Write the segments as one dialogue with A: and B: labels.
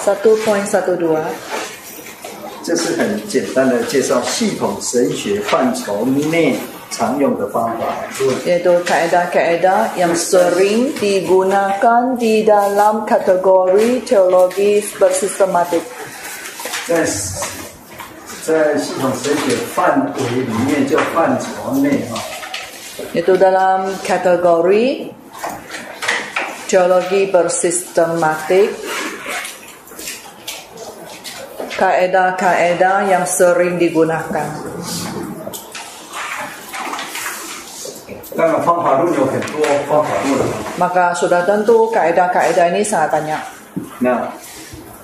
A: 1.12
B: 这是很简单的介绍系统神学范畴内常用的方法。
A: yaitu kaedah-kaedah yang sering digunakan di dalam kategori teologi bersistematik.
B: 在在系统神学范围里面叫范畴内哈，
A: Itu dalam kategori teologi bersistematik kaedah-kaedah yang sering digunakan.
B: 当然呃方法论有很多方法论。
A: Maka sudah tentu kaedah-kaedah ini sangat banyak.
B: 那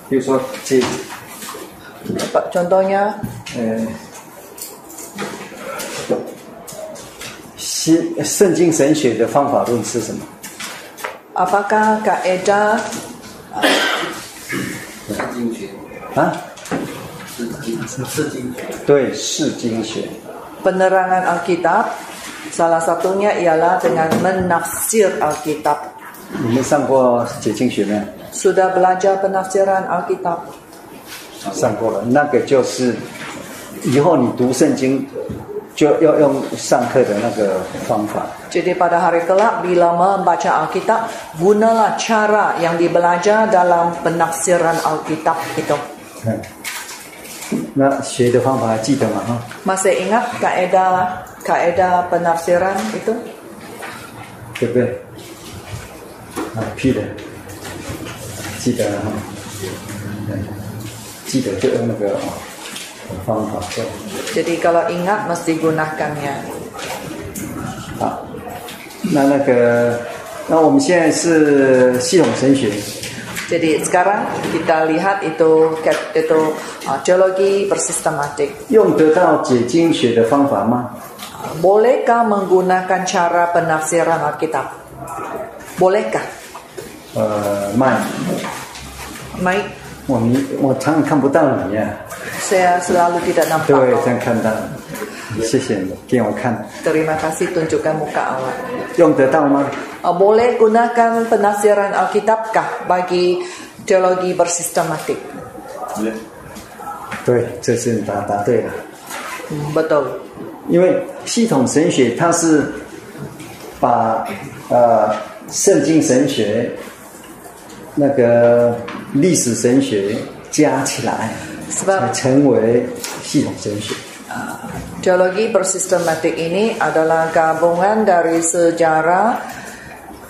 B: 比如说这
A: Contohnya
B: 呃，新呃圣经神学的方法论是什么？
A: Apakah kaedah
C: 是经学，
B: 啊，
C: 是经是经学，
B: 对，释经学。
A: penerangan Alkitab? Salah satunya ialah dengan menafsir Alkitab.
B: 你们上过解经学没有？
A: Sudah belajar penafsiran Alkitab.
B: 上过了，那个就是以后你读圣经就要用上课的那个方法。
A: Jadi pada hari kelak bila membaca Alkitab, gunalah cara yang dibelajar dalam penafsiran Alkitab itu.
B: 嗯，那学的方法还记得吗？哈，
A: Masih ingat kaedah kaedah penafsiran itu?
B: 对不对？啊，屁的，记得了哈，嗯记得就用那个方法做。
A: Jadi kalau ingat mesti gunakannya.
B: 好，那那个，那我们现在是系统神学，
A: Jadi sekarang kita lihat itu itu uh, teologi bersistematik.
B: 用得到解经学的方法吗？
A: Bolehkah menggunakan cara penafsiran Alkitab? Bolehkah?
B: 呃，慢，
A: Baik,
B: 我你我常常看不到你啊呀、
A: saya selalu tidak
B: 对
A: nampak.，
B: 这样看到， 谢谢你给我看，
A: Terima kasih tunjukkan muka awak.
B: 用得到吗？
A: Uh, Boleh gunakan penafsiran Alkitabkah bagi teologi bersistematik?
B: 对，这次你答答对了，
A: Hmm, Betul.
B: 因为系统神学它是把呃圣经神学、那个历史神学加起来，
A: 是吧
B: 才成为系统神学。
A: Teologi bersistematik ini adalah gabungan dari sejarah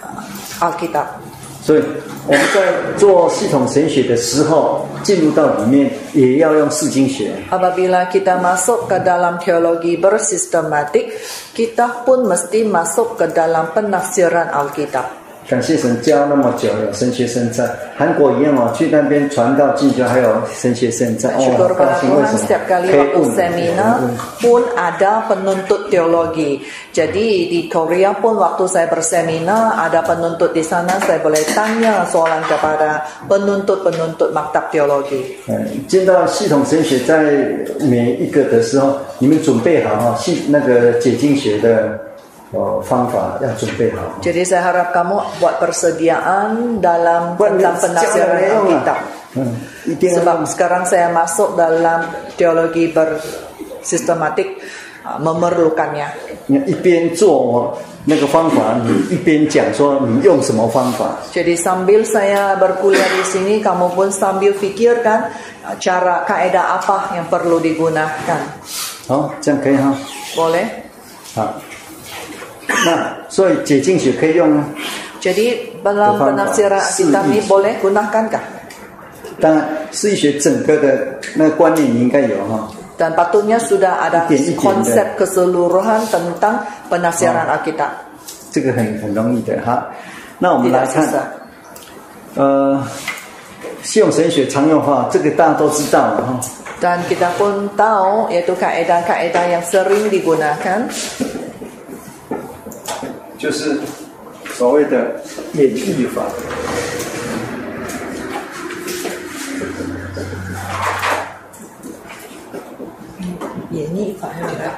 A: uh, Alkitab.
B: 所以我们在做系统神学的时候，进入到里面也要用释经学。
A: Apabila kita masuk ke dalam teologi bersistematik, kita pun mesti masuk ke dalam penafsiran Alkitab.
B: 感谢神教那么久，有神学圣战。韩国一样哦，去那边传道进修，还有神学圣战。哦，很高
A: Syukur kepada
B: 兴，为
A: Tuhan
B: 什么？
A: setiap kali
B: 可以
A: waktu
B: 问你，
A: seminar
B: 问
A: pun ada penuntut teologi. Jadi di Korea pun waktu saya berseminar ada penuntut di sana saya boleh tanya soalan kepada penuntut-penuntut maktab teologi.
B: 嗯，进到系统神学在每一个的时候，你们准备好哈、哦，系那个解经学的呃方法要准备好。
A: Jadi saya harap kamu buat persediaan dalam
B: 不然你
A: tentang
B: 教了
A: penafsiran
B: 没用啊
A: Alkitab.。
B: 嗯，一定要
A: Sebab sekarang saya masuk dalam teologi bersistematik uh, memerlukannya.
B: 你一边做那个方法，你一边讲说你用什么方法。
A: Jadi sambil saya berkuliah di sini, kamu pun sambil fikirkan uh, cara kaedah apa yang perlu digunakan.
B: 好，哦这样可以哈、
A: Boleh?
B: 好，那所以解经学可以用吗？
A: Jadi dalam
B: Faham,
A: penafsiran
B: Pak.
A: Alkitab ini
B: Si.
A: boleh gunakan kah?
B: 当然，释义学整个的那个观念你应该有哈、
A: Dan patutnya sudah ada
B: Mungkin, mungkin,
A: konsep keseluruhan tentang penafsiran Alkitab.
B: 这个很很容易的哈。那我们来
A: Tidak
B: 看，
A: susah.
B: 呃，系统神学常用化，这个大家都知道了哈。
A: Dan kita pun tahu yaitu kaedah-kaedah yang sering digunakan
B: 就是所谓的演绎法。
A: 演绎法要来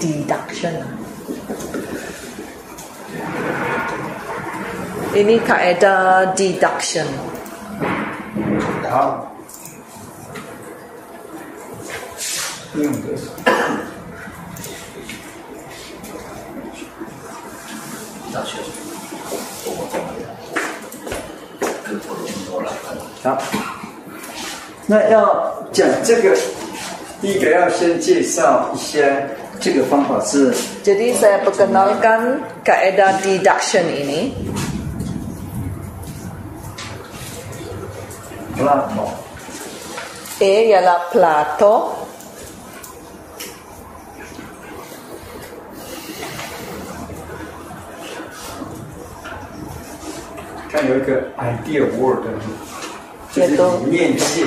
A: deduction 啊 Ini kaidah deduction.
C: 然后用的大学，
B: 好，那要讲这个，第一个要先介绍一下这个方法是
A: Jadi saya perkenalkan kaedah deduction ini.
B: 普拉托，
A: E ialah Plato,
B: 看有一个 idea word，就是理念界。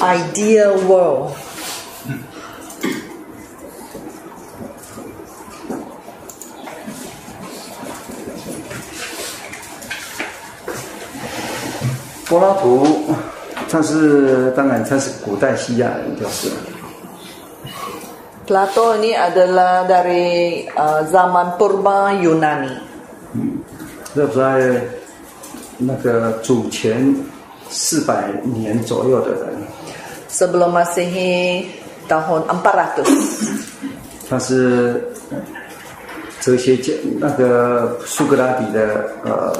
A: ideal world.
B: 柏拉图，他是当然他是古代西亚人，就是了
A: Plato ini adalah dari uh, zaman purba Yunani.
B: 那在那个主前四百年左右的人，
A: Sebelum Masehi tahun 400.
B: 他是哲学家那个苏格拉底的呃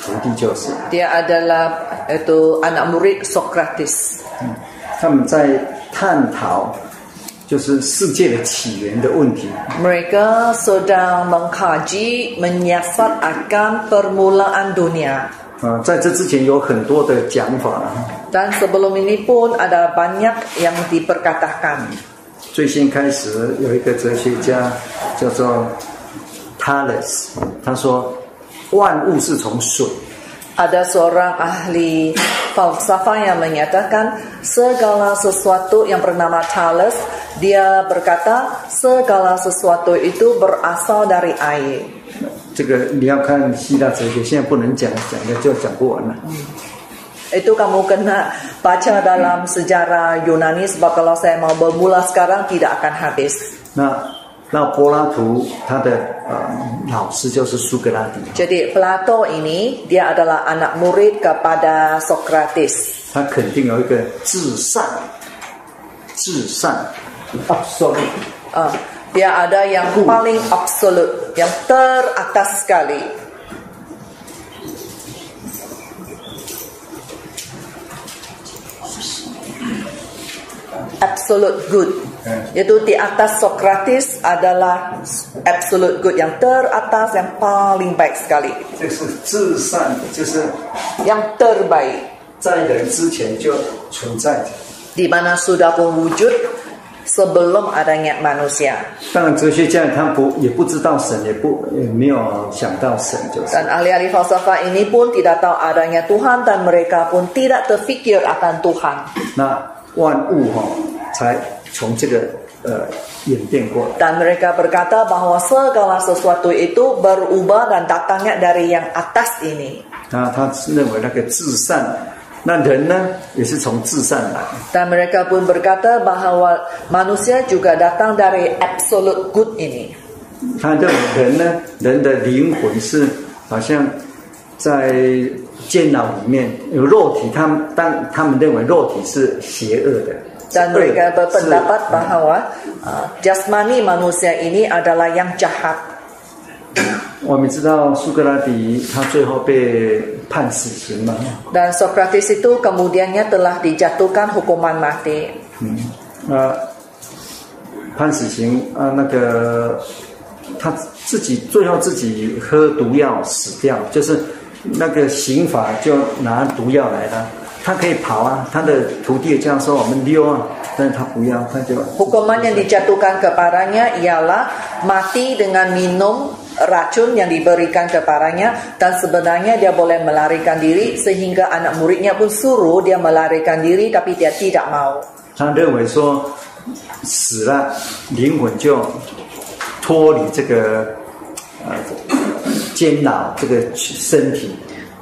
B: 徒弟，就是
A: Dia adalah itu anak murid Socrates.
B: 他们在探讨就是世界的起源的问题。
A: Mereka sedang mengkaji menyiasat akan permulaan dunia.
B: 啊、在这之前有很多的讲法，
A: Dan sebelum ini pun ada banyak yang diperkatakan.
B: 最先开始有一个哲学家叫做 Thales，他说万物是从水
A: Ada seorang ahli falsafah yang menyatakan segala sesuatu yang bernama Thales, dia berkata segala sesuatu itu berasal dari air.
B: 这个你要看希腊哲学，现在不能讲，讲的就讲不完了。
A: Itu kamu kena baca dalam sejarah Yunani sebab kalau saya mau bermula sekarang tidak akan habis.
B: 那那柏拉图他的呃老师就是苏格拉底，
A: Jadi Plato ini dia adalah anak murid kepada Socrates.
B: 他肯定有一个至善，至善啊 absolute
A: Ah, dia ada yang paling absolut, yang teratas sekali. ，absolute good，yaitu di atas Socrates adalah absolute good yang teratas yang paling baik sekali,
B: 就是至善，就是
A: yang terbaik
B: 在人之前就存在着。
A: di mana sudah mewujud sebelum adanya manusia.
B: 当然，哲学家他不也不知道神，也不也没有想到神，就是。
A: Dan ahli-ahli falsafah ini pun tidak tahu adanya Tuhan dan mereka pun tidak terfikir akan Tuhan.
B: 那万物哈、才从这个呃演变过来。
A: Dan mereka berkata bahwa segala sesuatu itu berubah dan datangnya dari yang atas ini.
B: 那他认为那个至善，那人呢也是从至善来。
A: Dan mereka pun berkata bahwa manusia juga datang dari absolute good ini.
B: 他认为人呢，人的灵魂是好像在监牢里面有肉体，他们当他们认为肉体是邪恶的，
A: Dan
B: 对
A: mereka
B: 的，是
A: berpendapat bahwa uh, jasmani manusia ini adalah yang jahat.
B: 我们知道苏格拉底他最后被判死刑嘛，
A: Dan Socrates itu kemudiannya telah dijatuhkan hukuman mati.
B: 嗯，啊、判死刑啊、那个他自己最后自己喝毒药死掉，就是那个刑法就拿毒药来了。他可以跑啊，他的徒弟这样说我们溜啊，但是他不要，他就
A: Hukuman yang dijatuhkan kepadanya ialah mati dengan minum racun yang diberikan kepadanya dan sebenarnya dia boleh melarikan diri sehingga anak muridnya pun suruh dia melarikan diri tapi dia tidak mau.
B: 他认为说死了灵魂就脱离这个呃监牢这个身体，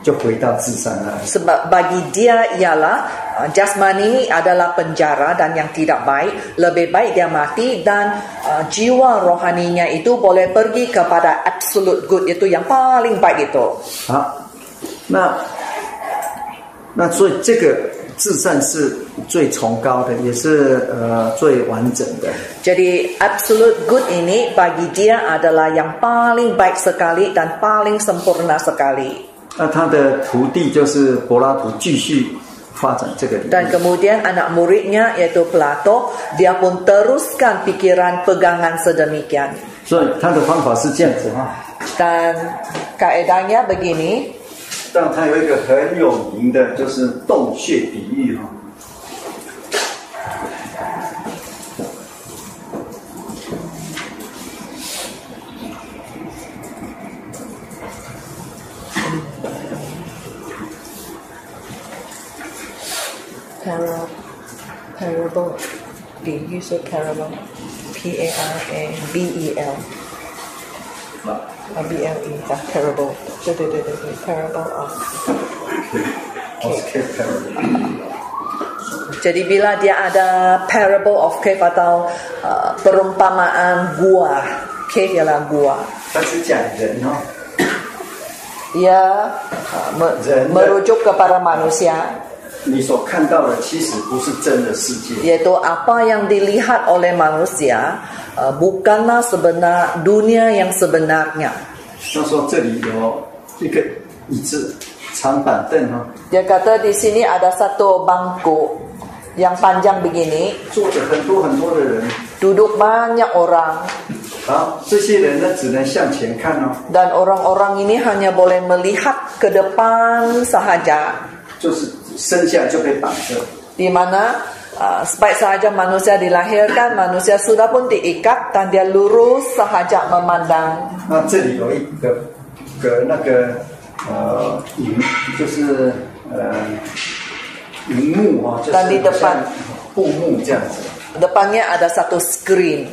B: 就回到自身了。
A: Sebab bagi dia ialah uh, jasmani adalah penjara dan yang tidak baik, lebih baik dia mati dan uh, jiwa rohaninya itu boleh pergi kepada absolute good itu yang paling baik itu.
B: 好，那那所以这个至善是最崇高的，也是呃最完整的。
A: Jadi absolute good ini bagi dia adalah yang paling baik sekali dan paling sempurna sekali.
B: 那他的徒弟就是柏拉图，继续发展这个理
A: Dan
B: 念。
A: kemudian anak muridnya yaitu Plato, dia pun teruskan pikiran pegangan sedemikian.
B: 所以他的方法是这样子哈，
A: Dan kaedahnya begini,
B: 但他有一个很有名的就是洞穴比喻哈。
A: Parable. Parable. The use of parable. P A R A B E L. Oh, B L E. The parable. 对对对对对 Parable of.
B: OK，
A: Jadi bila dia ada parable of cave atau uh, perumpamaan gua, cave ialah gua.
B: 他是讲人哦，
A: Ia uh, me-
B: Then-
A: merujuk kepada manusia.
B: 你所看到的其实不是真的世界。
A: yaitu apa yang dilihat oleh manusia eh, bukanlah sebenar dunia yang sebenarnya.
B: 他说这里有一个椅子、长板凳哦，
A: Dia kata di sini ada satu bangku yang panjang begini,
B: 坐着很多很多的人，
A: duduk banyak orang
B: 好，这些人呢只能向前看哦，
A: dan orang-orang ini hanya boleh melihat ke depan sahaja
B: 就是生下就被绑着，
A: di mana eh, sebaik sahaja manusia dilahirkan, manusia sudah pun diikat dan dia lurus sahaja memandang
B: 那这里有一个个那个呃荧，就是呃荧幕啊、哦，
A: 当地
B: 就
A: 的
B: 是像布幕这样子。
A: Depannya ada satu screen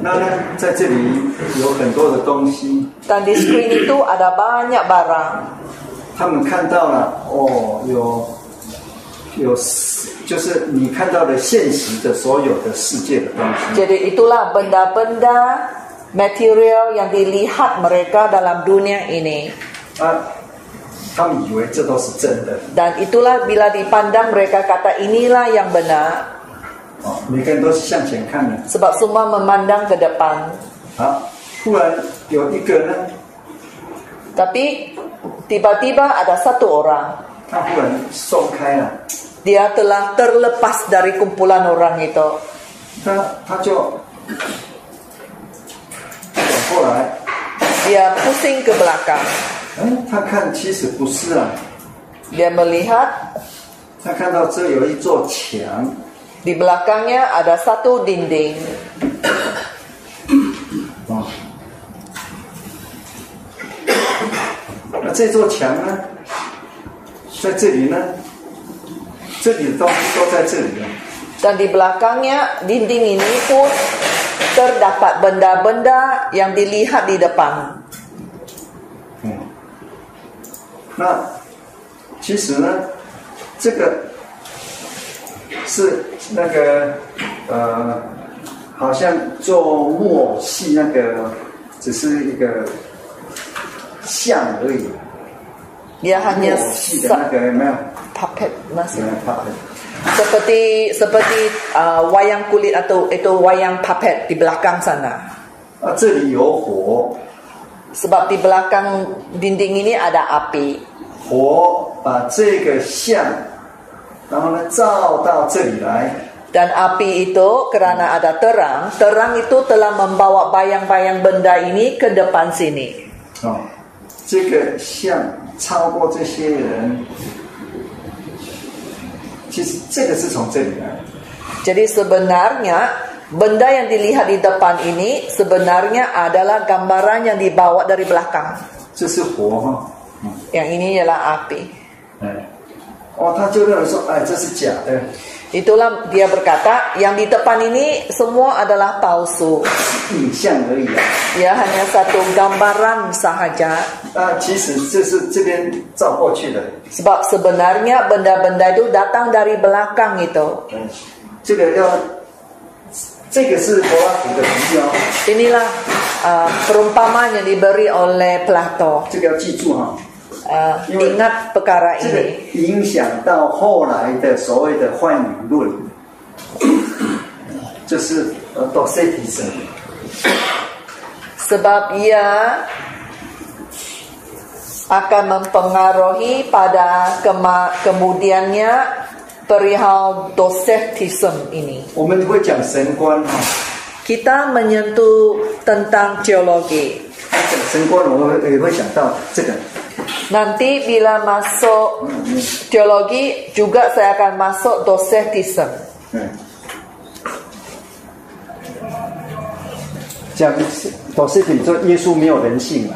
B: 那呢，在这里有很多的东西，
A: dan di screen itu ada banyak barang.
B: 他们看到了哦，有有就是你看到的现实的所有的世界的东西，
A: Jadi itulah benda-benda material yang dilihat mereka dalam dunia ini.
B: 啊，他们以为这都是真的
A: Dan itulah bila dipandang mereka kata inilah yang benar.
B: 哦，每个人都是向前看的。
A: Sebab semua memandang ke depan.
B: 好，忽然有一个呢，
A: Tapi tiba-tiba ada satu orang.
B: 他忽然松开了，
A: Dia telah terlepas dari kumpulan orang itu.
B: 他他就转过来，
A: Dia pusing ke belakang.
B: 哎，他看其实不是啊，
A: Dia melihat
B: 他看到这有一座墙，
A: di belakangnya ada satu dinding.
B: 啊，那这座墙呢，在这里呢，这里的东西都在这里啊。
A: Dan di belakangnya dinding ini pun terdapat benda-benda yang dilihat di depan.
B: 嗯，那其实呢，这个是那个呃，好像做木偶戏那个，只是一个像而已。
A: Dia
B: 木
A: hanya
B: 偶戏的那
A: se-
B: 个有没有？
A: puppet
B: 有
A: masih
B: 没有怕的？
A: seperti seperti uh, wayang kulit atau itu wayang puppet di belakang sana.
B: 啊，这里有火，
A: Sebab di belakang dinding ini ada api.
B: 火把这个像，然后呢照到这里来，
A: Dan api itu kerana ada terang, terang itu telah membawa bayang-bayang benda ini ke depan sini.
B: 哦，这个像超过这些人，其实这个是从这里来的，
A: Jadi sebenarnya benda yang dilihat di depan ini sebenarnya adalah gambaran yang dibawa dari belakang.
B: 这是火哈、嗯，
A: Yang ini ialah api.
B: 哎，哦，他就认为说，哎，这是假的，
A: Itulah dia berkata, yang di depan ini semua adalah palsu.
B: 印象而已啊。
A: Ya hanya satu gambaran sahaja.
B: 啊，其实这是这边照过去的，
A: Sebab sebenarnya benda-benda itu datang dari belakang itu.
B: 嗯，这个要，这个是柏拉图的比喻哦，
A: Inilah uh, perumpamaan yang diberi oleh Plato.
B: 这个要记住哦哈、
A: Uh, ingat perkara
B: 这个
A: ini.
B: 影响到后来的所谓的幻影 论，就是呃 docetism，
A: Sebab ia akan mempengaruhi pada kema- kemudiannya perihal docetism ini.
B: 我们会讲神观哈、
A: Kita menyentuh tentang teologi.
B: 讲神观我们也会想到这个，
A: Nanti bila masuk teologi juga saya akan masuk docetism.
B: 嗯，讲 docetism 说耶稣没有人性嘛，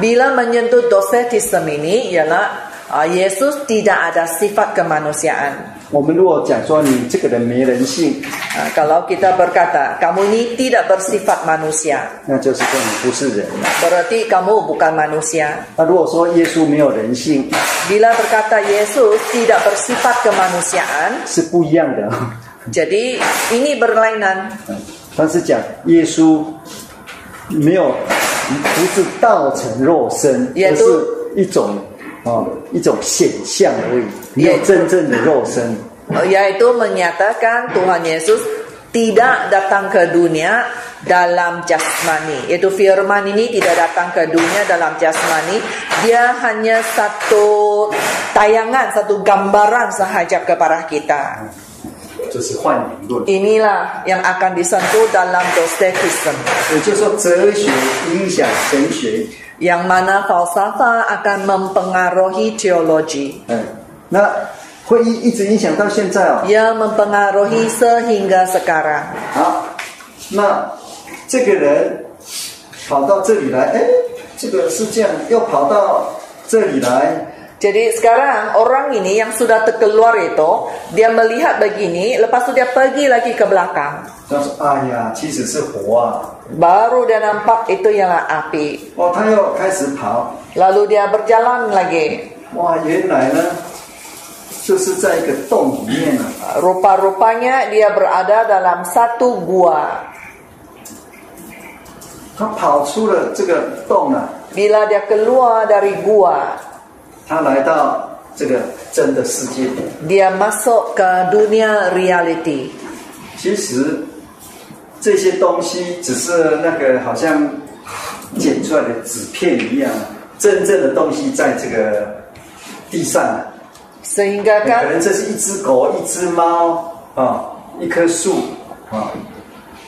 A: Bila menyentuh docetism ini ialah ah, Yesus tidak ada sifat kemanusiaan.
B: 我们如果讲说你这个人没人性，
A: Ah, kalau kita berkata kamu ini tidak bersifat manusia,
B: 那就是说你不是人了。
A: berarti kamu bukan manusia.
B: 那如果说耶稣没有人性，
A: Bila berkata Yesus tidak bersifat kemanusiaan,
B: 是不一样的哦。
A: jadi ini berlainan.
B: 但是嗯讲耶稣没有不是道成肉身，
A: 也
B: 而
A: 都
B: 是一种哦一种显象而已，没有
A: 也
B: 真正的肉身。
A: yaitu menyatakan Tuhan Yesus tidak datang ke dunia dalam jasmani. Yaitu firman ini tidak datang ke dunia dalam jasmani. Dia hanya satu tayangan, satu gambaran sahaja kepada kita.
B: 这是幻影论，
A: Inilah yang akan disentuh dalam docetism.
B: 也就是说哲学影响神学，
A: Yang mana falsafah akan mempengaruhi teologi.
B: 嗯，那会一一直影响到现在哦。
A: Ia mempengaruhi sehingga sekarang.
B: 好，那这个人跑到这里来，哎，这个是这样，又跑到这里来，
A: Jadi sekarang orang ini yang sudah terkeluar itu dia melihat begini, lepas tu dia pergi lagi ke belakang.
B: 他说：“哎呀，其实是火啊！
A: Baru dia nampak itu ialah api.
B: 哦，他又开始跑，
A: Lalu dia berjalan lagi.
B: 哇，原来呢，就是在一个洞里面啊。
A: Rupa-rupanya dia berada dalam satu gua.
B: 他跑出了这个洞啊，
A: Bila dia keluar dari gua,
B: 他来到这个真的世界。
A: dia masuk ke dunia reality.
B: 其实这些东西只是那个好像剪出来的纸片一样，啊真正的东西在这个地上啊。
A: Sehingga
B: 可
A: kan
B: 能这是一只狗、一只猫啊，一棵树啊。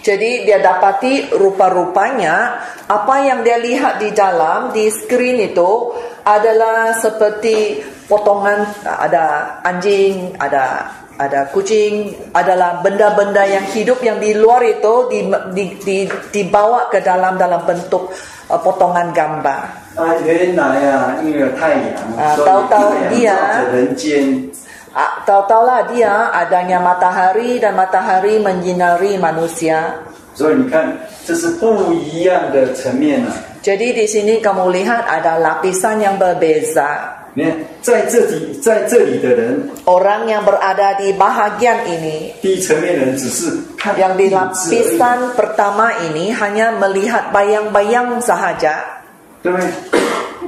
A: Jadi dia dapati rupa-rupanya apa yang dia lihat di dalam di skrin itu adalah seperti potongan ada anjing, ada ada kucing, adalah benda-benda yang hidup yang di luar itu di, di, di, dibawa ke dalam dalam bentuk uh, potongan gambar.
B: 啊，原来啊，因为有太阳，
A: 啊
B: 所
A: 刀刀
B: 以
A: 地
B: 太
A: 啊
B: 阳照着人间。
A: Ah, Tahu-tahulah dia adanya matahari dan matahari menyinari manusia.
B: 所以你看，这是不一样的层面啊。
A: Jadi di sini kamu lihat ada lapisan yang berbeza.
B: 你看，在这里，在这里的人，
A: Orang yang berada di bahagian ini
B: 第一层面的人只是看
A: yang di
B: 影子而已
A: lapisan pertama ini hanya melihat bayang-bayang sahaja.
B: 对不对？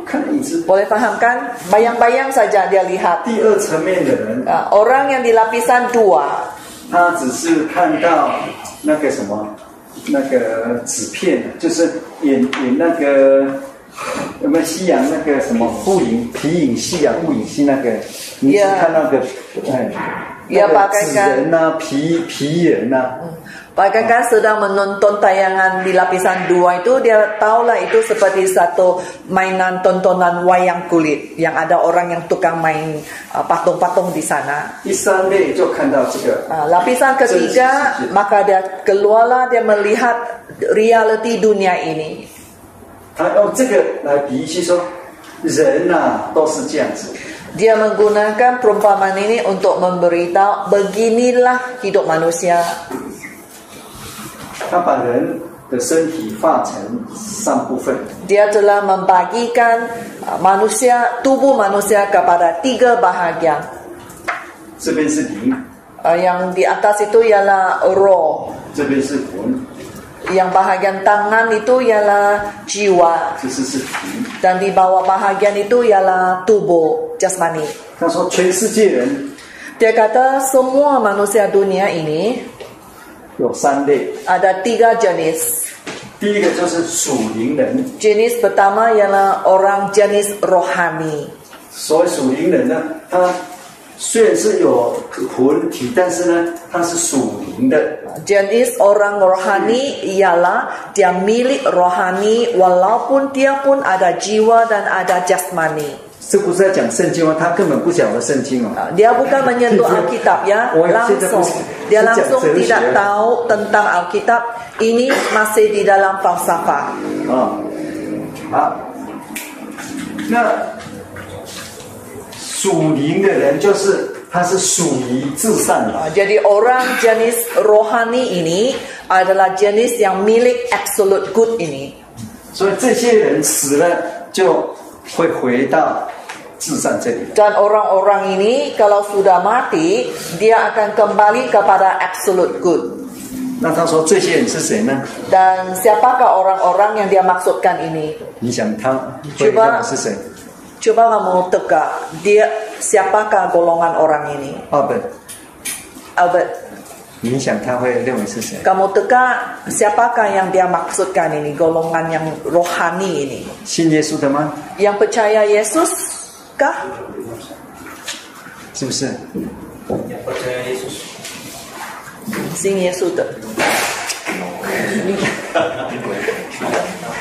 B: 看影子。
A: Boleh fahamkan? Bayang-bayang saja dia lihat.
B: 第二层面的人，
A: Ah, Orang yang di lapisan dua
B: 他只是看到那个什么，那个纸片，就是演演那个有没有西洋那个什么雾影皮影戏啊，雾影戏那个，你只
A: Yeah.
B: 看那个哎，那
A: Yeah,
B: 个
A: bagaikan-
B: 纸人呐、皮皮人啊呐、
A: Bagaikan sedang menonton tayangan di lapisan dua itu dia tahulah itu seperti satu mainan tontonan wayang kulit yang ada orang yang tukang main ah, patung-patung di sana.
B: 第三类就看到这个
A: Ah, lapisan ketiga
B: Sensitif.
A: maka dia keluarlah dia melihat reality dunia ini.
B: 哦啊他用这个来比喻，是说人呐、都是这样子，
A: Dia menggunakan perumpamaan ini untuk memberitahu beginilah hidup manusia.
B: 他把人的身体化成三部分，
A: Dia telah membagikan uh, manusia, tubuh manusia kepada tiga bahagian.
B: 这边是灵，
A: Uh, Yang di atas itu ialah roh.
B: 这边是魂，
A: Yang bahagian tangan itu ialah jiwa.
B: 其实是灵。
A: Dan di bawah bahagian itu ialah tubuh jasmani.
B: 他说，全世界人
A: Dia kata semua manusia dunia ini
B: 有三类，
A: ada tiga jenis.
B: 第一个就是属灵人，
A: Jenis pertama ialah orang jenis rohani.
B: 所谓属灵人呢，他虽然是有魂体，但是呢，他是属灵的。
A: Jenis orang rohani ialah dia milik rohani walaupun dia pun ada jiwa dan ada jasmani.
B: 这不是在讲圣经哦，他根本不晓得圣经哦。
A: Dia bukan menyentuh Alkitab ya,
B: Oh, ya,
A: langsung.
B: saya tak-
A: Dia
B: saya
A: langsung
B: tak- saya
A: tidak
B: tak-
A: tahu tentang Alkitab. Ini masih di dalam falsafah.
B: 啊、好，那属灵的人就是他是属于至善的，
A: Uh, Jadi orang jenis rohani ini adalah jenis yang milik absolute good ini.
B: 所以这些人死了就会回到至善这里了。
A: Dan orang-orang ini kalau sudah mati, dia akan kembali kepada absolute good.
B: 那他说这些人是谁呢？
A: Dan siapakah orang-orang yang dia maksudkan ini?
B: 你想他回到的是谁？
A: Coba kamu teka, dia siapakah golongan orang ini?
B: 二本，
A: Albert,
B: 哦你想他会认为是谁？
A: kamu teka siapakah yang dia maksudkan ini? Golongan yang rohani ini.
B: 信耶稣的吗？
A: Yang percaya Yesus kah?
B: 是不是？
C: Yang percaya Yesus.
A: Sing Yesus tu.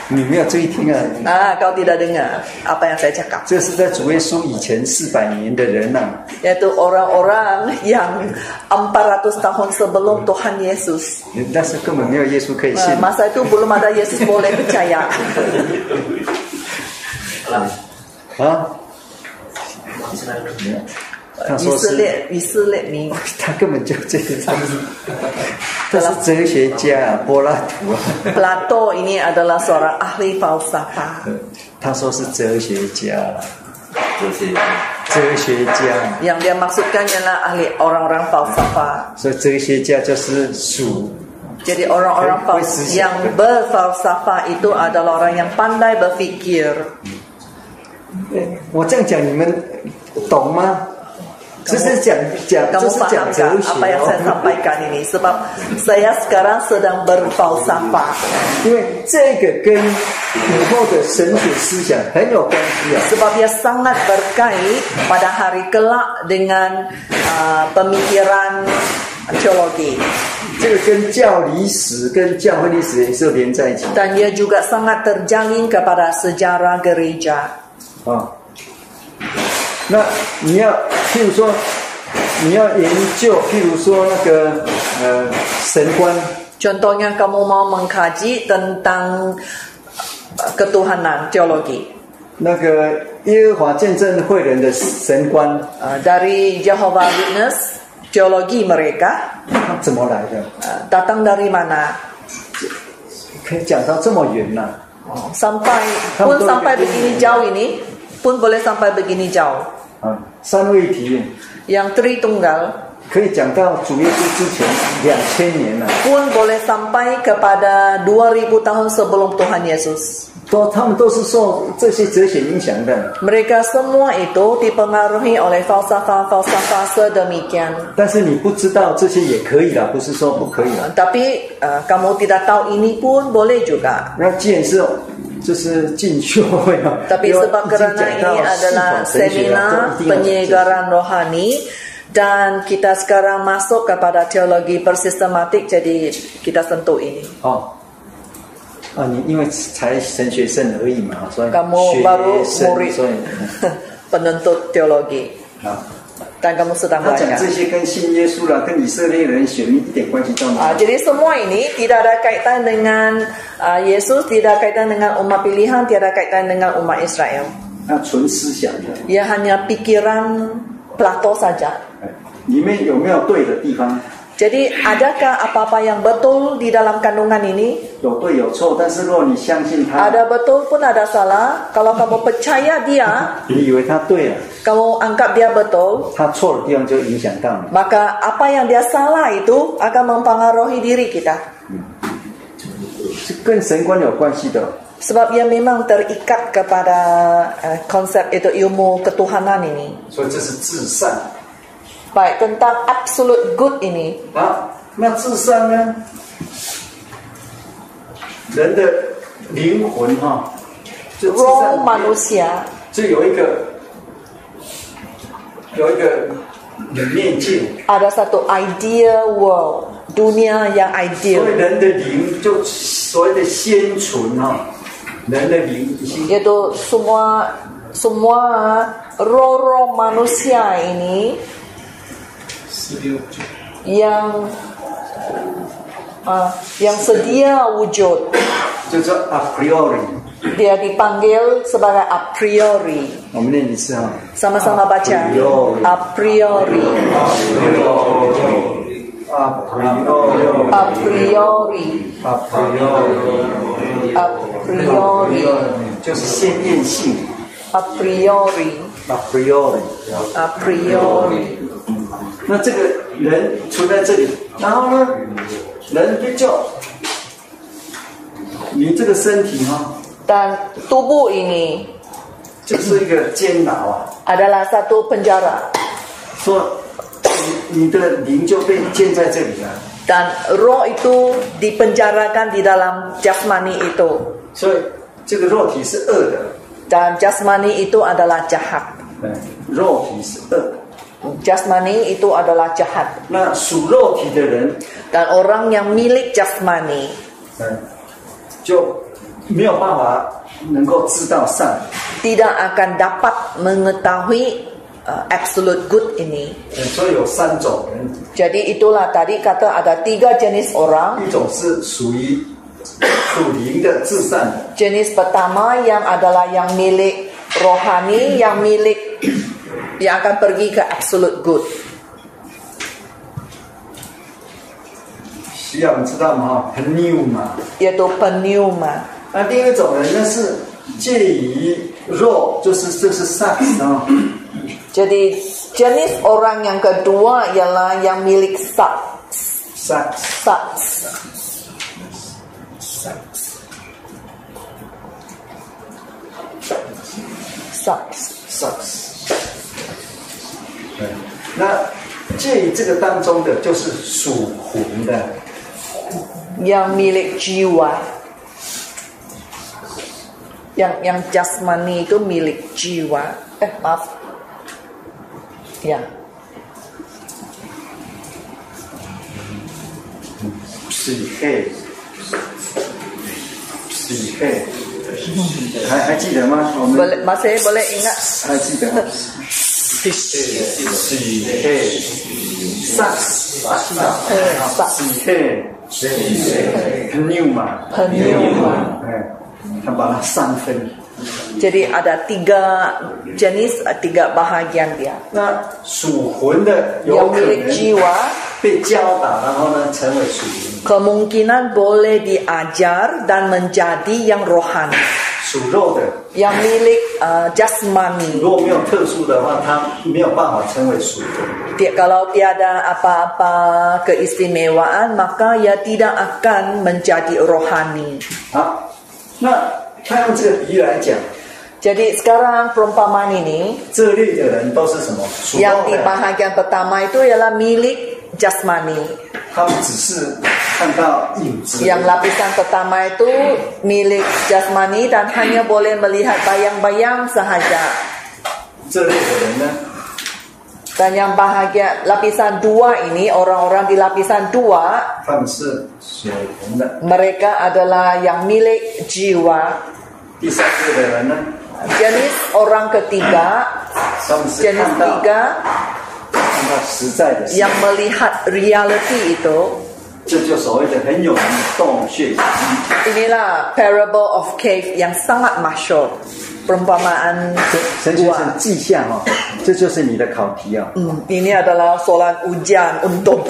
B: 你没有注意听啊！
A: Ah, kau tidak dengar apa yang saya cakap.
B: 这是在主耶稣以前四百年的人呐、啊
A: yaitu orang-orang yang 400 tahun sebelum Tuhan Yesus.
B: 但是根本没有耶稣可以信。
A: Uh, masa itu belum ada Yesus boleh percaya. 嗯
B: 啊，
C: 往生的路
B: 没有他
A: 以
B: 说
A: 色
B: 是，
A: 列以色列民
B: 他根本就这个样子。他是哲学家、啊，柏拉图啊，
A: Plato ini adalah seorang ahli falsafah
B: 他说是哲学家啊，
D: 这些
B: 哲学家，
A: yang dia maksudkan ialah ahli orang-orang falsafah.
B: 所以哲学家就是属
A: Jadi orang-orang
B: Baik,
A: fals-
B: baik,
A: yang berfalsafah itu adalah orang yang pandai berfikir.
B: 我这样讲你们懂吗？这是讲讲，这
A: Kamu
B: 是
A: paham
B: 讲
A: tak
B: 哲学
A: apa yang saya
B: 哦。
A: sampaikan ini? Sebab saya sekarang sedang berfalsafah.
B: 因为这个跟以后的神学思想很有关系啊。
A: sebab ia sangat berkait pada hari kelak dengan uh, pemikiran teologi
B: 这个跟教理史、跟教会历史也是连在一起
A: dan ia juga sangat terjalin kepada sejarah gereja.
B: 啊、那你要，譬如说，你要研究，譬如说那个呃神官，
A: Contohnya kamu mau mengkaji tentang uh, ketuhanan teologi
B: 那个耶和华见证会人的神官，
A: Uh, dari Jehovah Witness teologi mereka
B: 他怎么来的？
A: uh, datang dari mana
B: 可以讲到这么远呐、
A: sampai pun
B: Kamu tahu
A: sampai
B: ke-
A: begini jauh ini pun boleh sampai begini jauh
B: 啊，三位一体
A: yang Tritunggal
B: 可以讲到主耶稣之前两千年了、
A: pun boleh sampai kepada 2000 tahun sebelum Tuhan Yesus.
B: 都他们都是受这些哲学影响的，
A: Mereka semua itu dipengaruhi oleh falsafah-falsafah sedemikian.
B: 但是你不知道这些也可以啦，不是说不可以啦。
A: Tapi eh, kamu tidak tahu ini pun boleh juga.
B: 那既然是就是进修会啊，
A: Tapi
B: 又
A: sebab
B: 已经
A: kerana
B: 讲
A: ini
B: 到
A: adalah
B: 系统神学了
A: seminar
B: 都一定要讲
A: penyegaran rohani dan kita sekarang masuk kepada teologi bersistematik jadi kita sentuh ini.
B: 哦。啊，你因为才神学生而已嘛，所以
A: Kamu
B: 学
A: baru
B: 生，
A: murid
B: 所以
A: penuntut teologi
B: 啊，
A: dan kamu sedang
B: 他讲
A: belajar.
B: 这些跟信耶稣了，跟以色列人选民一点关系都没有。
A: Ah, jadi semua ini tidak ada kaitan dengan ah, Yesus, tidak kaitan dengan umat pilihan, tidak kaitan dengan umat Israel.
B: 那纯思想的，
A: Ia hanya pikiran Plato saja.
B: 哎里面有没有对的地方？
A: Jadi adakah apa-apa yang betul di dalam kandungan ini?
B: 有对有错，但是如果你相信他，
A: Ada betul pun ada salah. Kalau kamu percaya dia,
B: 你以为他对了，
A: kamu anggap dia betul,
B: 他错的地方就影响到你。
A: maka apa yang dia salah itu akan mempengaruhi diri kita.
B: 是跟神观有关系的。
A: Sebab ia memang terikat kepada eh, konsep itu ilmu ketuhanan ini.
B: 所以这是至善。
A: Baik, tentang absolute good ini.
B: 好，啊那至善呢？人的灵魂哈、就至善
A: Roh
B: 里面
A: manusia
B: 就有一个有一个念境，
A: ada satu ideal world, dunia yang
B: 所以
A: ideal.
B: 人的灵就所谓的先存哈、人的灵已经
A: Yaitu semua semua roh-roh manusia ini yang ah, yang sedia wujud
B: 就叫 a priori。
A: dia dipanggil sebagai a priori
B: 我们念一次哈、
A: sama-sama baca
B: priori.
A: a priori
B: a priori
A: a priori
B: a priori
A: a priori
B: 就是先验性
A: a priori
B: a priori。
A: a priori
B: 那这个人存在这里，然后呢，人就叫你这个身体哈、
A: dan tubuh ini
B: 就是一个监牢啊，
A: adalah satu penjara
B: 说你你的灵就被建在这里了，
A: dan roh itu dipenjarakan di dalam jasmani itu
B: 所以这个肉体是恶的，
A: dan jasmani itu adalah jahat
B: 嗯，肉体是恶。
A: jasmani itu adalah jahat
B: 那属肉体的人，
A: dan orang yang milik jasmani
B: 嗯，就没有办法能够知道善，
A: tidak akan dapat mengetahui uh, absolute good ini.
B: 嗯所以有三种人，
A: Jadi itulah tadi kata ada tiga jenis orang.
B: 一种是属于属灵的至善的，
A: Jenis pertama yang adalah yang milik rohani, yang milik yang akan pergi ke absolute good.
B: 需要你知道吗？很 new 嘛。
A: Yaitu peniuma.
B: 那另一种人呢是介于肉，就是这是善啊。
A: Jadi jenis orang yang kedua ialah yang milik sat,
B: sex，
A: sat, sat.
B: sex。对，那介于这个当中的就是属魂的，
A: yang milik jiwa yang yang jasmani itu milik jiwa eh maaf ya
B: 匹配，匹配，还还记得吗？我们
A: boleh masih boleh ingat
B: 还记得吗？匹配，sex，
A: eh, tak
B: 匹配，很 new 嘛，
A: peniuma
B: 哎，他把它三分。
A: jadi ada tiga jenis eh, tiga bahagian dia
B: 那属魂的有
A: yang
B: 可
A: milik
B: 能
A: jiwa
B: 被教导，然后呢成为属灵。
A: kemungkinan boleh diajar dan menjadi yang rohani
B: 属肉的，
A: yang milik eh, jasmani
B: 如果没有特殊的话，它没有办法成为属灵。
A: Ti- Kalau tiada apa-apa keistimewaan, maka ia tidak akan menjadi rohani.
B: 好，啊那他用这个比喻来讲，
A: Jadi sekarang perumpamaan ini
B: 这类的人都是什么？属肉
A: yang di
B: 的，
A: bahagian pertama itu ialah milik jasmani.
B: 他们只是看到影子，
A: Yang lapisan pertama itu milik jasmani dan hanya boleh melihat bayang-bayang sahaja.
B: 这类的人呢，
A: Dan yang bahagian lapisan dua ini orang-orang di lapisan dua
B: 他们是属灵的。
A: mereka adalah yang milik jiwa.
B: 第三类的人呢，
A: Jenis orang ketiga
B: 他们是
A: Jenis
B: 看到
A: tiga
B: 看到实在的事
A: yang melihat reality itu
B: 这就所谓的很有名的洞穴讲义。
A: Inilah parable of cave yang sangat masyhur. Perumpamaan
B: 陈先生
A: gua.
B: 记下哈、这就是你的考题啊、
A: Hmm, ini adalah soalan ujian untuk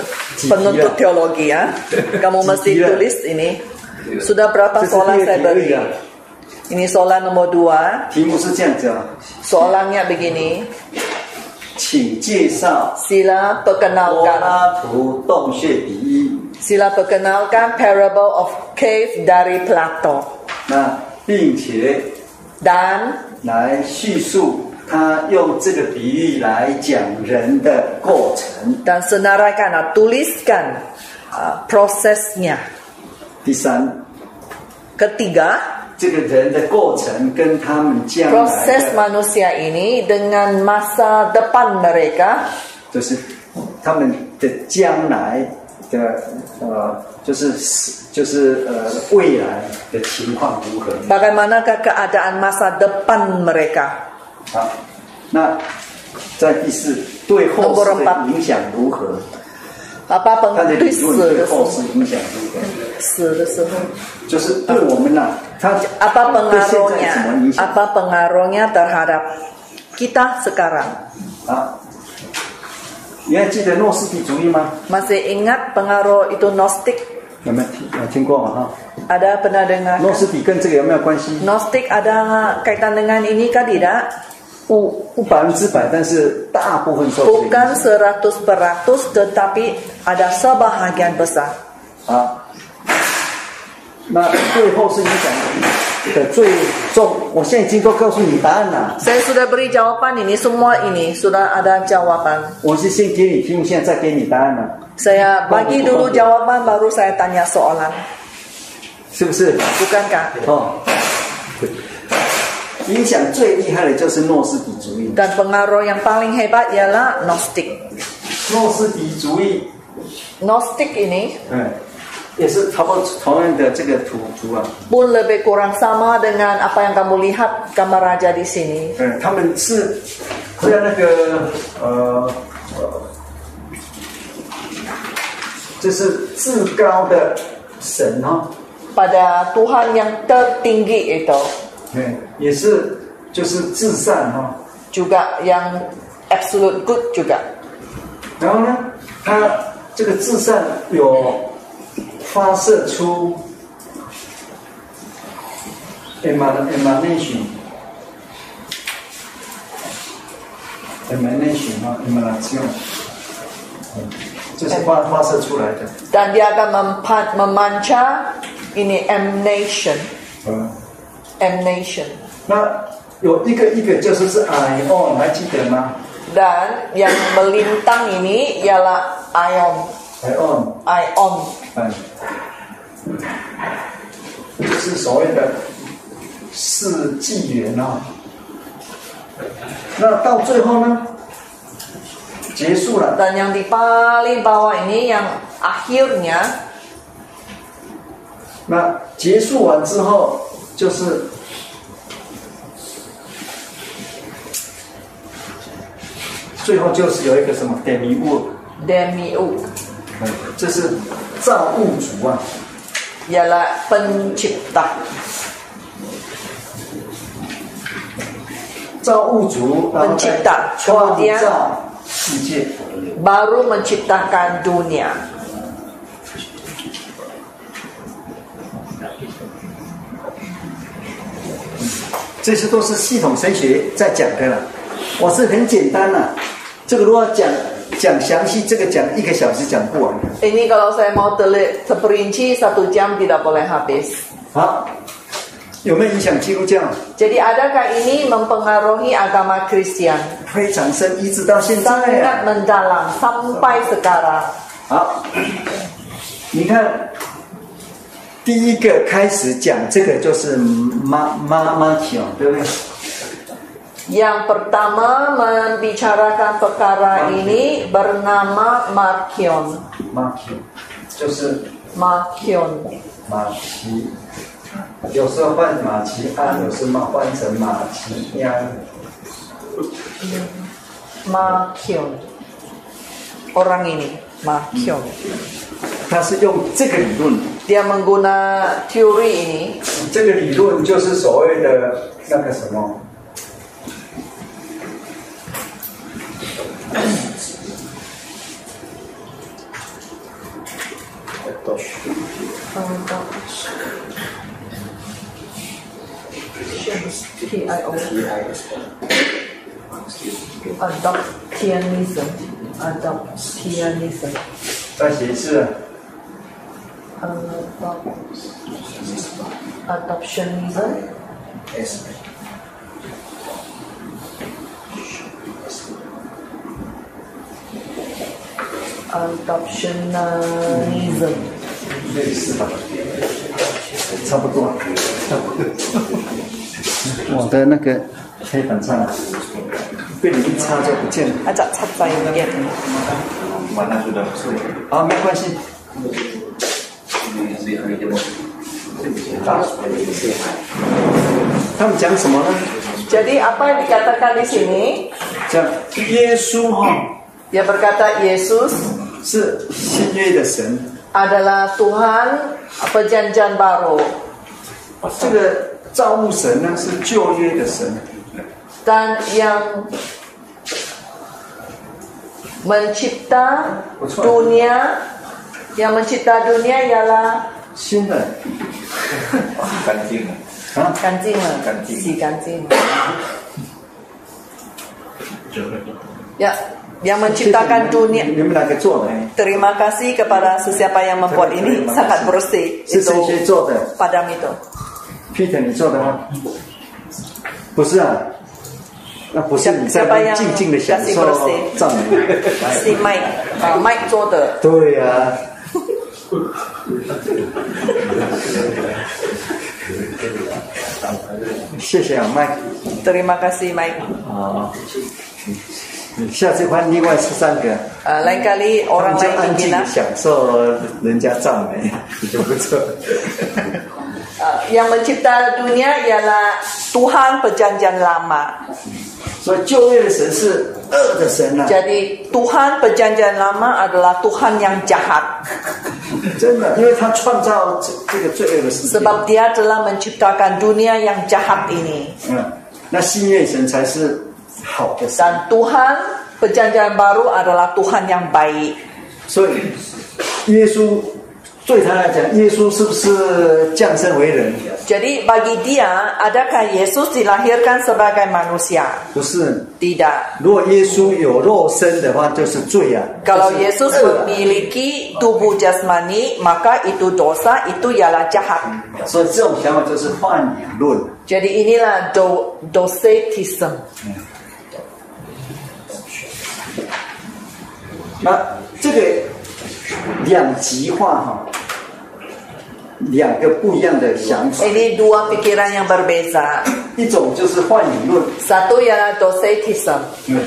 A: penuntut teologi ya. Kamu mesti
B: Gila.
A: tulis ini. Sudah berapa
B: 这是
A: soalan
B: 第
A: saya
B: 二题
A: beri?
B: 而已啊。
A: Ini soalan nomor dua.
B: 题目是这样子啊、
A: Soalannya begini.
B: 请介绍
A: Sila
B: 柏
A: perkenalkan.
B: 拉图洞穴第一。
A: Sila perkenalkan parable of cave dari Plato
B: 那并且
A: dan
B: 来叙述他用这个比喻来讲人的过程。啊
A: dan senaraikan ah, tuliskan ah, prosesnya.
B: 第三，
A: Ketiga,
B: 这个人的过程跟他们将来
A: proses
B: 的，
A: manusia ini dengan masa depan mereka
B: 就是他们的将来的呃，就是死就是呃未来的情况如何
A: bagaimanakah keadaan masa depan mereka
B: 啊？那在第四，对后世的影响如何？
A: apa
B: 他的理论对后
A: pengisi
B: 世影响如何？就是对我们呐、他
A: apa
B: 对现
A: pengaruhnya
B: 在什么影响
A: apa pengaruhnya terhadap kita sekarang
B: 啊？你还记得诺斯底主义吗？
A: masih ingat pengaruh itu Gnostik
B: 有没有听有听过嘛？
A: ada pernah dengar
B: 哈，诺斯底跟这个有没有关系？
A: Gnostik ada kaitan dengan ini kah tidak
B: 不不百分之百，但是大部分受这个影
A: bukan
B: 响
A: 100% tetapi ada sebahagian besar
B: 啊。那对后世影响的最重，我现在已经都告诉你答案了。
A: Saya sudah beri jawapan ini semua ini sudah ada jawaban.
B: 我是先给你听，现在再给你答案了，
A: Saya bagi dulu jawaban baru saya tanya soalan,
B: 是不是？
A: bukankah?
B: 哦，影响最厉害的就是诺斯底主义。
A: Dan pengaruh yang paling hebat ialah Gnostik.
B: 诺斯底主义，
A: Gnostik ini
B: 嗯，也是差不多同样的这个土族啊，
A: pun lebih kurang sama dengan apa yang kamu lihat gambar raja di sini.
B: 嗯，他们是在那个呃呃，就是至高的神哦，
A: Pada Tuhan yang tertinggi itu
B: 嗯，也是就是至善哦，
A: juga yang absolute good juga.
B: 然后呢，他这个至善有发射出 eman- emanation emanation 啊，emanation，嗯就是发发射出来的，
A: Dan dia akan mempan- memancar ini emanation,
B: 嗯，
A: emanation.
B: 那有一个一个就是是 I O，你还记得吗
A: Dan yang melintang ini ialah ion,
B: ？I O，
A: ion.
B: 嗯，就是所谓的四纪元啊。那到最后呢，结束了，
A: Dan yang di paling bawah ini yang akhirnya
B: 那结束完之后就是最后就是有一个什么 demi 物，
A: demiurg
B: 嗯这是造物主啊，
A: ialah pencipta.
B: 造物主，然后再
A: Pencipta
B: 创
A: kemudian
B: 造世界。
A: Baru menciptakan dunia.
B: 这些都是系统神学在讲的了。我是很简单了、这个如果讲讲详细，这个讲一个小时讲不完的。
A: Ini kalau saya mau telik seperinci satu jam tidak boleh habis.
B: 好，有没有影响基督教？
A: Jadi adakah ini mempengaruhi agama Kristen?
B: 非常深，一直到现在
A: Sangat
B: 啊。
A: mendalam sampai sekarang.
B: 好，你看，第一个开始讲这个就是妈妈妈讲，哦对不对？
A: Yang pertama membicarakan perkara ini bernama Markion.
B: 妈讲就是。
A: Markion.
B: 马奇，有时候换马奇安，有时候换成马奇央。
A: Markion. Orang ini, Markion.
B: 他是用这个理论，
A: Dia mengguna teori ini
B: 这个理论就是所谓的那个什么，
A: adoptionism adoptionism
B: 再写一次啊，
A: adop- adoptionism adoptionism
B: 类似吧，差不多。我的那个黑板上啊被你一擦就不见了
A: ajak capai mungkin
D: Mana sudah?
B: 啊，没关系，他们讲什么呢？
A: jadi apa yang dikatakan di sini
B: 讲耶稣哈、
A: dia berkata Yesus
B: 是新约的神，
A: adalah Tuhan perjanjian baru
B: 哦这个造物神呢是旧约的神，
A: dan yang mencipta dunia yang mencipta dunia ialah
B: 新的
D: Kancing.
B: 啊，
A: ganjing
D: Ganjing.
A: si ganjing ya yang
B: 你
A: menciptakan dunia
B: 们哪个做的？
A: terima kasih kepada sesiapa yang membuat ini
B: Terima kasih.
A: sangat bersih
B: 是谁
A: itu
B: 谁做的
A: padam itu
B: ？Peter，你做的吗？不是啊，那不是你在那边静静的享受赞美。
A: si Mike ah, Mike 做的
B: 对呀、啊，谢谢啊，麦。
A: terima kasih Mike
B: 啊，下次换另外十三个。
A: Ah, lain kali
B: 他
A: orang
B: 们就
A: lain
B: 安静
A: mungkin
B: 的
A: ah.
B: 享受人家赞美，就不错。
A: Uh, yang mencipta dunia ialah Tuhan perjanjian lama.
B: 所以旧约的神是恶的神 呐、啊，
A: Jadi Tuhan perjanjian lama adalah Tuhan yang jahat
B: 真的，因为他创造这这个罪恶的世界。
A: sebab dia telah menciptakan dunia yang jahat ini
B: 嗯，那新约神才是好的神，
A: dan Tuhan perjanjian baru adalah Tuhan yang baik.
B: 所以耶稣对他来讲，耶稣是不是降生为人？
A: Jadi bagi dia adakah Yesus dilahirkan sebagai manusia?
B: 不是，
A: Tidak.
B: 如果耶稣有肉身的话，就是罪啊。
A: Kalau
B: 就是
A: Yesus
B: 恶啊
A: memiliki tubuh jasmani, maka itu dosa, itu ialah jahat.
B: 所以这种想法就是幻影论。
A: Jadi inilah do, docetism.
B: 那这个两极化哈，两个不一样的想法，
A: Ini dua pikiran yang berbeza.
B: 一种就是幻影论，
A: Satu ialah docetism.
B: 嗯，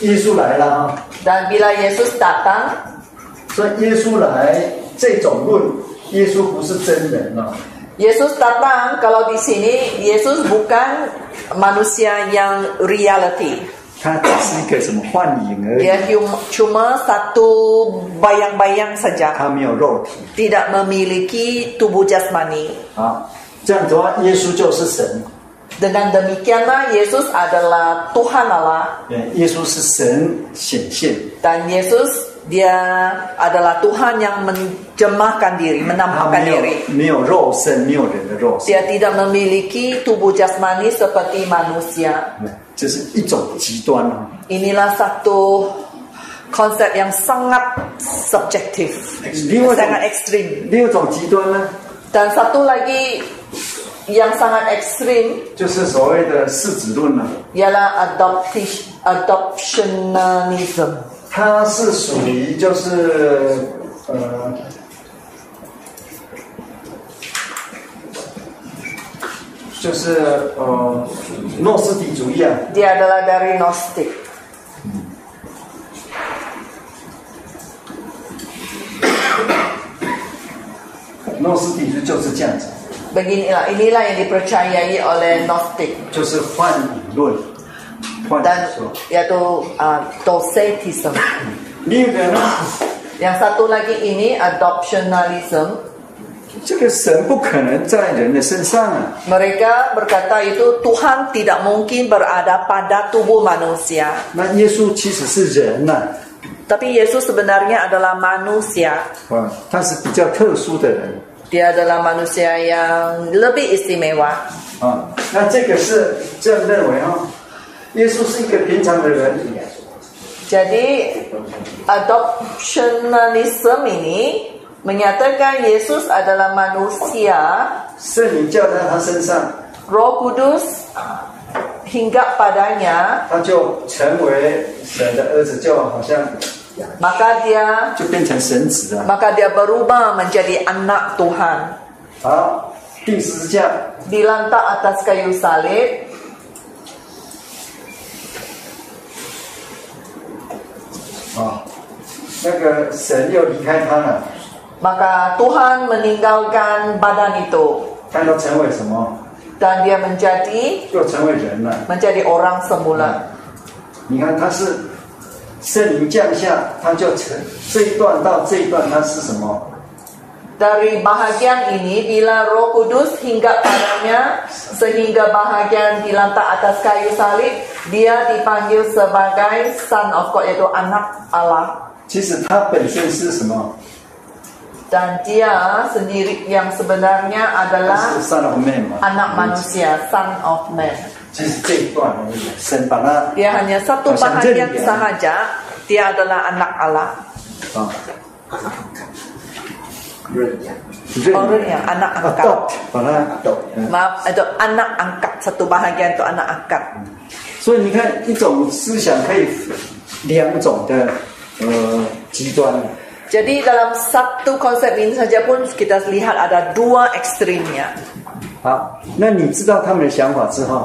B: 耶稣来了啊，
A: Dan bila Yesus datang,
B: 所以耶稣来这种论，耶稣不是真人啊，
A: Yesus datang kalau di sini Yesus bukan manusia yang reality.
B: 他只是一个什么幻影而已，
A: Dia hum- cuma satu bayang-bayang saja.
B: 他没有肉体
A: Tidak memiliki tubuh jasmani.
B: 啊。这样子的话，耶稣就是神，
A: Dengan demikianlah Yesus adalah Tuhan Allah
B: 嗯，耶稣是神显现，
A: dan Yesus dia adalah Tuhan yang menjemahkan diri,
B: 他没
A: menampakkan
B: 有
A: diri.
B: 没有肉身，没有人的肉身，
A: Dia tidak memiliki tubuh jasmani seperti manusia.
B: 嗯这是一种极端啊。
A: Inilah satu konsep yang sangat subjektif,
B: Extreme.
A: sangat ekstrim.
B: 另一种极端呢，
A: Dan satu lagi yang sangat ekstrim
B: 就是所谓的世子论了、
A: ialah adopti- adoptionism.
B: 它是属于就是呃，就是呃诺斯底主义啊，
A: Dia adalah dari Gnostik.
B: 诺斯底主义就是这样子，
A: Beginilah, inilah yang dipercayai oleh Gnostik
B: 就是幻影论，幻影
A: dan
B: 说。
A: yaitu uh, docetism.
B: 另一个呢，
A: Yang satu lagi ini adoptionalism.
B: 这个神不可能在人的身上啊，
A: Mereka berkata itu Tuhan tidak mungkin berada pada tubuh manusia.
B: 那耶稣其实是人呐、
A: Tapi Yesus sebenarnya adalah manusia.
B: 啊，他是比较特殊的人
A: Dia adalah manusia yang lebih istimewa.
B: 啊。那这个是这样认为哦，耶稣是一个平常的人，
A: Jadi adoptionalism ini menyatakan Yesus adalah manusia,
B: 圣灵降在他身上，
A: Roh Kudus hinggap padanya,
B: 他就成为神的儿子，就好像
A: maka dia
B: 就变成神子啊。
A: maka dia berubah menjadi anak Tuhan.
B: 好，定十字架，
A: Dilantak atas kayu salib,
B: 啊，那个神又离开他了，
A: maka Tuhan meninggalkan badan itu
B: 他又成为什么？
A: dan dia menjadi
B: 又成为人了。
A: menjadi orang semula.
B: 你看他是圣灵降下，他就成这一段到这一段，他是什么？
A: Dari bahagian ini bila Roh Kudus hingga padanya sehingga bahagian dilantak atas kayu salib dia dipanggil sebagai Son of God yaitu anak Allah
B: 其实他本身是什么？
A: dan dia sendiri yang sebenarnya
B: 他是
A: adalah
B: son of man 嘛。
A: anak manusia Son of Man
B: 其实这一段而已，神把他
A: Dia hanya satu
B: Macam
A: bahagian
B: jeli, ya.
A: sahaja. Dia adalah anak Allah.
B: 啊，认
A: 哦认养，anak angkat
B: adopt 把他 adopt，嗯
A: Maaf, itu anak angkat. Satu bahagian itu anak angkat.
B: 所以你看一种思想可以呃两种的呃极端，
A: Jadi dalam satu konsep ini saja pun kita lihat ada dua ekstrimnya.
B: 好，那你知道他们的想法之后，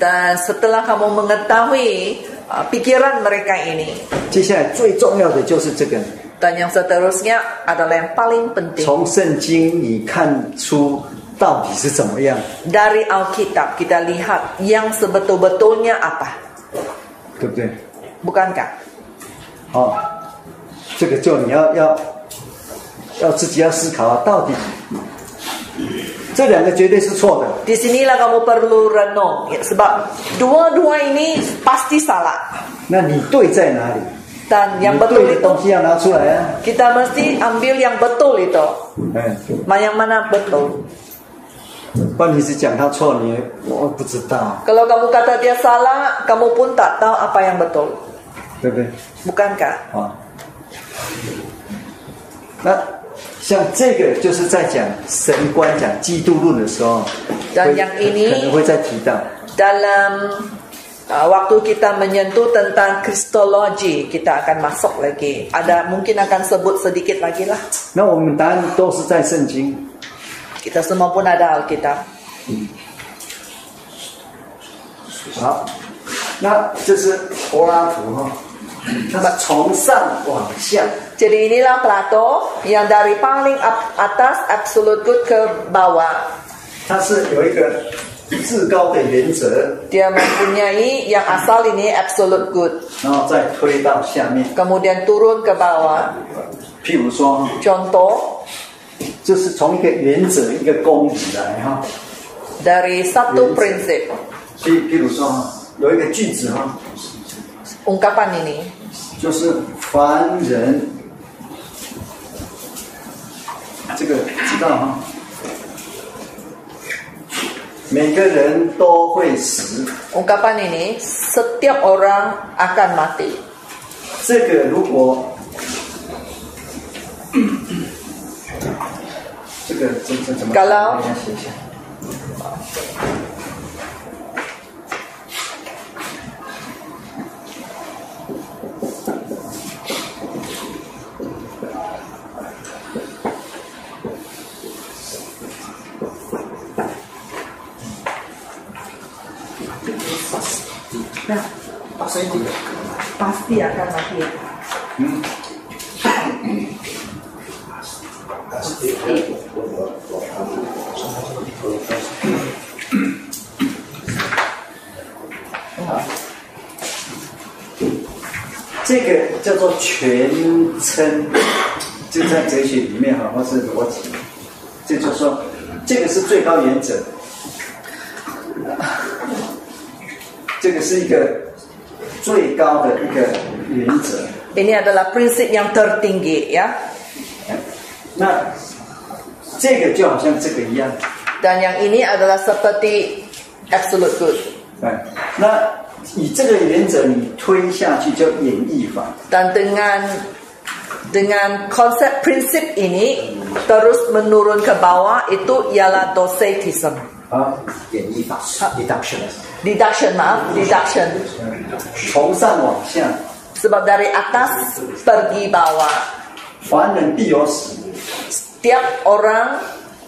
A: Dan setelah kamu mengetahui uh, pikiran mereka ini,
B: 接下来最重要的就是这个，
A: dan yang seterusnya adalah yang paling penting
B: 从圣经你看出到底是怎么样，
A: dari Alkitab kita lihat yang sebetul-betulnya apa,
B: 对不对？
A: bukankah?
B: 哦，这个就你要要要自己要思考啊，到底这两个绝对是错的，
A: Di sinilah kamu perlu renung ya, sebab dua-dua ini pasti salah.
B: 那你对在哪里？
A: Dan yang
B: 你
A: betul
B: 对的
A: itu
B: 东西要拿出来啊，
A: kita mesti ambil yang betul itu.
B: 嗯，
A: Ma- Yang mana betul?
B: 不然你只讲他错，你也我不知道，
A: Kalau kamu kata dia salah, kamu pun tak tahu apa yang betul.
B: 对不对？
A: Bukankah?
B: 啊，那像这个就是在讲神观、讲基督论的时候，会
A: Dan yang ini-
B: 可能会再提到。
A: Dalam uh, waktu kita menyentuh tentang kristologi, kita akan masuk lagi. Ada mungkin akan sebut sedikit lagi lah.
B: 那我们答案都是在圣经，
A: Kita semua pun ada Alkitab.
B: 好，那这是柏拉图哈、他是从上往下，
A: Jadi inilah Plato yang dari paling ap- atas absolute good ke bawah.
B: 他是有一个至高的原则，
A: Dia mempunyai yang asal ini absolute good.
B: 然后再推到下面。
A: Kemudian turun ke bawah.
B: 譬如说哈，
A: Contoh
B: 就是从一个原则、一个公理来哈。
A: dari satu
B: Yes.
A: prinsip.
B: 譬譬如说哈，有一个句子哈，
A: Ungkapan ini.
B: 就是凡人，这个知道哈。每个人都会死，
A: Ungkapan ini setiap orang akan mati.
B: 这个如果嗯这个这这怎么？
A: Kalau-
B: 等一下写一下。
A: Pasti akan mati.
B: 这个叫做全称，就在哲学里面哈，或是逻辑，这就是说，这个是最高原则，这个是一个最高的一个原则。
A: Ini adalah prinsip yang tertinggi ya.
B: 那这个就好像这个一样，
A: Dan yang ini adalah seperti absolute good.
B: 哎，那以这个原则你推下去叫演绎法，
A: Dan dengan dengan konsep prinsip ini terus menurun ke bawah itu ialah docetism.
B: 啊，演绎法，deduction，
A: Deduction maaf, deduction.
B: 从上往下，
A: Sebab dari atas pergi bawah.
B: 凡人必有死，
A: Setiap orang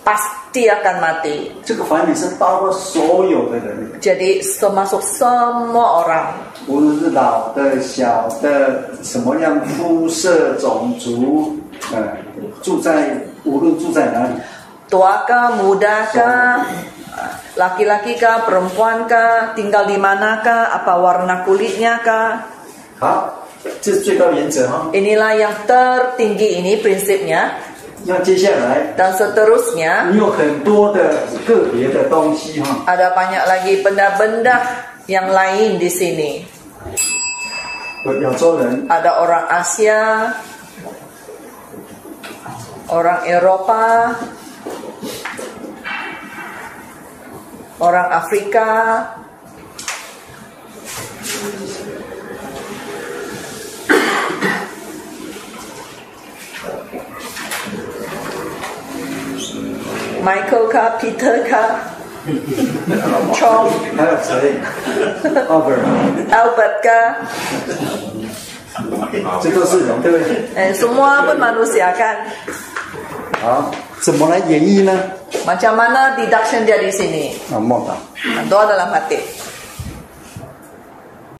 A: pasti akan mati.
B: 这个凡人是包括所有的人，
A: Jadi termasuk semua orang.
B: 无论是老的、小的，什么样肤色、种族，呃，住在无论住在哪里，
A: Tua kah, muda kah, laki-laki kah, perempuan kah, tinggal di mana kah, apa warna kulitnya kah.
B: 好，这是最高原则哈、
A: Inilah yang tertinggi ini prinsipnya.
B: 那接下来
A: Dan seterusnya
B: 你有很多的个别的东西哈，
A: ada banyak lagi benda-benda yang lain di sini.
B: 有亚洲人、
A: Ada orang Asia, orang Eropa, orang Afrika, 迈克卡、彼得卡、Charles、
B: 还有谁，Albert，
A: Albert 卡，
B: 这都是人，对不对？
A: eh semua pun manusia kan.
B: 好，怎么来演绎呢？
A: Macam mana deduction dia di sini?
B: 啊，梦到
A: Doa dalam hati.